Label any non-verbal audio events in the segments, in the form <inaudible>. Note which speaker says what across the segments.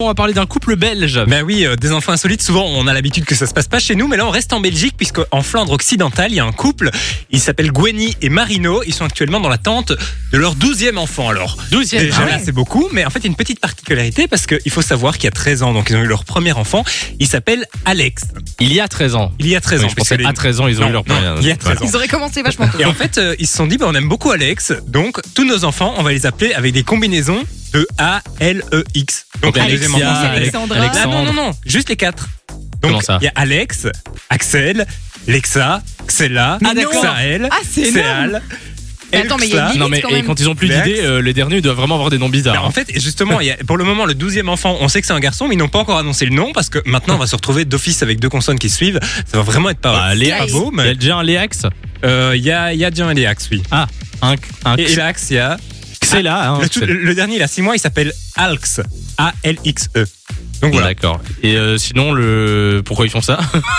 Speaker 1: On va parler d'un couple belge.
Speaker 2: Ben oui, euh, des enfants insolites, souvent on a l'habitude que ça se passe pas chez nous, mais là on reste en Belgique puisque en Flandre occidentale, il y a un couple, ils s'appellent Gwenny et Marino, ils sont actuellement dans l'attente de leur douzième enfant alors.
Speaker 1: 12
Speaker 2: Déjà là c'est beaucoup, mais en fait il y a une petite particularité parce qu'il faut savoir qu'il y a 13 ans, donc ils ont eu leur premier enfant, il s'appelle Alex,
Speaker 1: Il y a 13 ans.
Speaker 2: il y a 13
Speaker 1: Oui,
Speaker 2: ans.
Speaker 1: je
Speaker 2: puisque
Speaker 1: pensais
Speaker 2: les-
Speaker 1: à 13 ans, ils ont
Speaker 2: Non,
Speaker 1: eu leur
Speaker 2: non,
Speaker 1: premier.
Speaker 2: il y a 13 ans.
Speaker 3: Ils auraient commencé vachement tôt.
Speaker 2: Et en fait, euh, ils se sont dit, bah, on aime beaucoup Alex, donc tous nos enfants, on va les appeler avec des combinaisons de A, L, E, X. Donc, le
Speaker 1: Alexia,
Speaker 2: deuxième enfant, c'est Alex.
Speaker 3: Alexandra.
Speaker 2: Ah, non, non, non, juste les quatre. Donc,
Speaker 1: Comment ça
Speaker 2: Il y a Alex, Axel, Lexa, Xella,
Speaker 1: Mais non.
Speaker 2: Xaël,
Speaker 3: Ah, c'est énorme.
Speaker 2: Xéal,
Speaker 3: Mais attends, mais il y a
Speaker 2: Elxa.
Speaker 3: Limite,
Speaker 1: Non mais
Speaker 3: quand
Speaker 1: et
Speaker 3: même.
Speaker 1: quand ils ont plus
Speaker 2: Lex.
Speaker 1: d'idées, euh, les derniers ils doivent vraiment avoir des noms
Speaker 2: Alors,
Speaker 1: bizarres.
Speaker 2: en fait, justement, il y a- pour le moment, le 12e enfant, on sait que c'est un garçon, mais ils n'ont pas encore annoncé le nom parce que maintenant, on va se retrouver d'office avec deux consonnes qui se suivent. Ça va vraiment être pas,
Speaker 1: Bah, Léa,
Speaker 2: pas beau,
Speaker 1: Il y a
Speaker 2: mais
Speaker 1: déjà un Léax,
Speaker 2: euh, il y, a, il y a déjà un Léax, oui.
Speaker 1: un, un
Speaker 2: Et, et l'Ax, il y a.
Speaker 1: hein. Ah, c'est là.
Speaker 2: Le, tout- le dernier, il a 6 mois, il s'appelle Alx. A-L-X-E. E. Donc voilà,
Speaker 1: D'accord. Et euh, sinon le pourquoi ils font <laughs> ça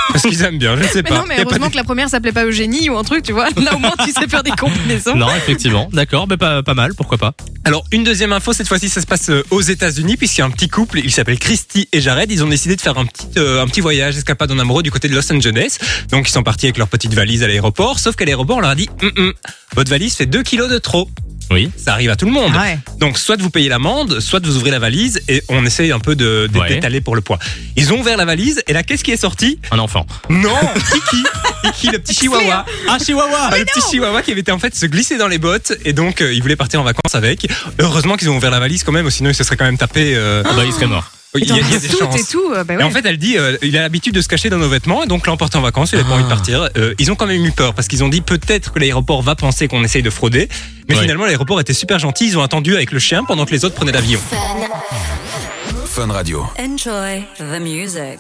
Speaker 2: parce qu'ils aiment bien, je ne sais
Speaker 3: Mais
Speaker 2: pas.
Speaker 3: non,
Speaker 2: Y a
Speaker 3: mais
Speaker 2: pas de-
Speaker 3: heureusement que la première s'appelait pas Eugénie ou un truc, tu vois. Là, au moins, tu sais faire des combinaisons.
Speaker 1: Non effectivement. D'accord, mais pas pas mal, pourquoi pas.
Speaker 2: Alors, une deuxième info, cette fois-ci, ça se passe euh, aux États-Unis, puisqu'il y a un petit couple, ils s'appellent Christy et Jared. Ils ont décidé de faire un petit, euh, un petit voyage, escapade en amoureux du côté de Los Angeles. Donc, ils sont partis avec leur petite valise à l'aéroport, sauf qu'à l'aéroport, on leur a dit Hum, hum, Votre valise fait 2 kilos de trop.
Speaker 1: Oui.
Speaker 2: Ça arrive à tout le monde.
Speaker 3: Ouais.
Speaker 2: Donc, soit vous payez l'amende, soit vous ouvrez la valise et on essaye un peu de de-
Speaker 1: Ouais.
Speaker 2: d'étaler pour le poids. Ils ont ouvert la valise et là, qu'est-ce qui est sorti
Speaker 1: Un enfant.
Speaker 2: Non Kiki Kiki, le petit chihuahua.
Speaker 1: Ah chihuahua.
Speaker 2: Ah, le petit chihuahua qui avait été en fait se glisser dans les bottes et donc euh, il voulait partir en vacances avec. Heureusement qu'ils ont ouvert la valise quand même, sinon il se serait quand même tapé. euh,
Speaker 1: Ah Bah il serait mort.
Speaker 2: il y a, il y a des
Speaker 3: tout
Speaker 2: chances.
Speaker 3: et tout. euh, bah
Speaker 2: Et
Speaker 3: ouais.
Speaker 2: en fait, elle dit, euh, il a l'habitude de se cacher dans nos vêtements, et donc l'emporter en vacances, il n'a
Speaker 1: Ah.
Speaker 2: pas envie de partir. Euh, ils ont quand même eu peur parce qu'ils ont dit peut-être que l'aéroport va penser qu'on essaye de frauder, mais
Speaker 1: Ouais.
Speaker 2: finalement l'aéroport était super gentil. Ils ont attendu avec le chien pendant que les autres prenaient l'avion.
Speaker 4: Fun Radio.
Speaker 5: Enjoy the music.